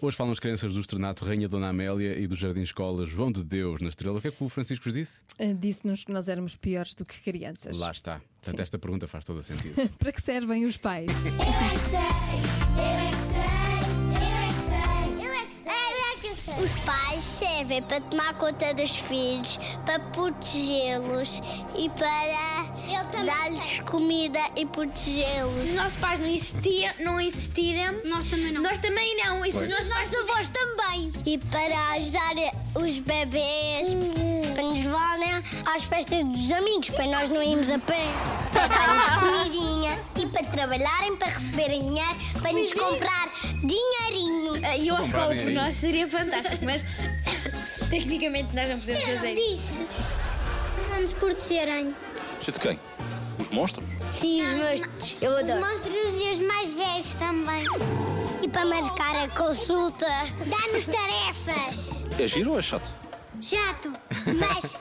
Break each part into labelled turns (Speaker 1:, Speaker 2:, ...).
Speaker 1: Hoje falam as crianças do Estrenato Rainha Dona Amélia e do Jardim Escola João de Deus na Estrela. O que é que o Francisco vos disse?
Speaker 2: Ah, Disse-nos que nós éramos piores do que crianças.
Speaker 1: Lá está. Portanto,
Speaker 2: Sim.
Speaker 1: esta pergunta faz todo o sentido.
Speaker 2: Para que servem os pais?
Speaker 3: Eu é que sei, eu é que sei, eu é que sei, eu é que sei, eu é que sei. Os pais servem para tomar conta dos filhos, para protegê-los e para dar-lhes comida e protegê-los.
Speaker 4: Os nossos pais não existiam, não existiram.
Speaker 3: Nós também não.
Speaker 4: Nós também não. Isso
Speaker 3: Os
Speaker 4: nós
Speaker 3: nossos avós também. E para ajudar os bebês,
Speaker 4: Uhum.
Speaker 3: para nos levarem às festas dos amigos, para nós não irmos a pé. Para darmos comidinha e para trabalharem, para receberem dinheiro, para nos comprar dinheirinho.
Speaker 4: E Uhum. Eh, eu acho que
Speaker 1: Comprar
Speaker 4: algo por
Speaker 1: dinheirinho.
Speaker 4: nós seria fantástico, mas tecnicamente nós não podemos
Speaker 3: é
Speaker 4: fazer isso.
Speaker 3: disse. Não nos protegerem.
Speaker 5: de quem? Os monstros?
Speaker 3: Sim, os monstros. Eu adoro. Os monstros e os mais velhos também. E para marcar a consulta. Dá-nos tarefas.
Speaker 5: É giro ou é chato?
Speaker 3: Chato, mas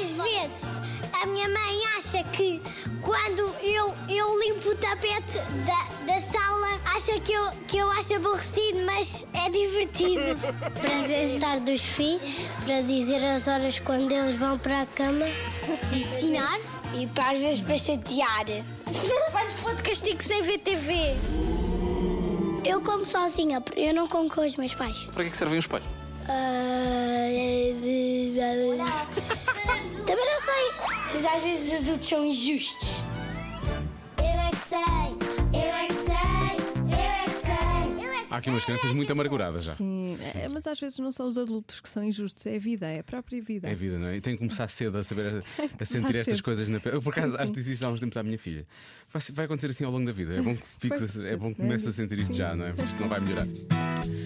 Speaker 3: às vezes a minha mãe acha que quando eu, eu limpo o tapete da, da sala, acha que eu, que eu acho aborrecido, mas é divertido. Para gostar dos filhos, para dizer as horas quando eles vão para a cama, ensinar e para às vezes para chatear. Vamos pôr de castigo sem ver TV. Eu como sozinha, eu não como com os meus pais.
Speaker 5: Para que é que servem os pais?
Speaker 3: Também não sei. Mas às vezes os adultos são injustos. Eu é que sei, eu é que sei, eu é que sei. Eu é que
Speaker 1: Há aqui umas crianças muito amarguradas já.
Speaker 2: Sim, é, mas às vezes não são os adultos que são injustos, é a vida, é a própria vida.
Speaker 1: É vida, não é? E tem que começar cedo a saber, a
Speaker 2: começar
Speaker 1: sentir estas
Speaker 2: cedo.
Speaker 1: coisas na pele. Eu, por acaso,
Speaker 2: Sim, sim.
Speaker 1: acho que disse isto há uns tempos à minha filha. Vai, vai acontecer assim ao longo da vida. É bom que, fixe,
Speaker 2: Vai
Speaker 1: é bom que
Speaker 2: ser,
Speaker 1: comece a
Speaker 2: né?
Speaker 1: sentir isto
Speaker 2: Sim.
Speaker 1: já, não é? Porque isto não vai melhorar.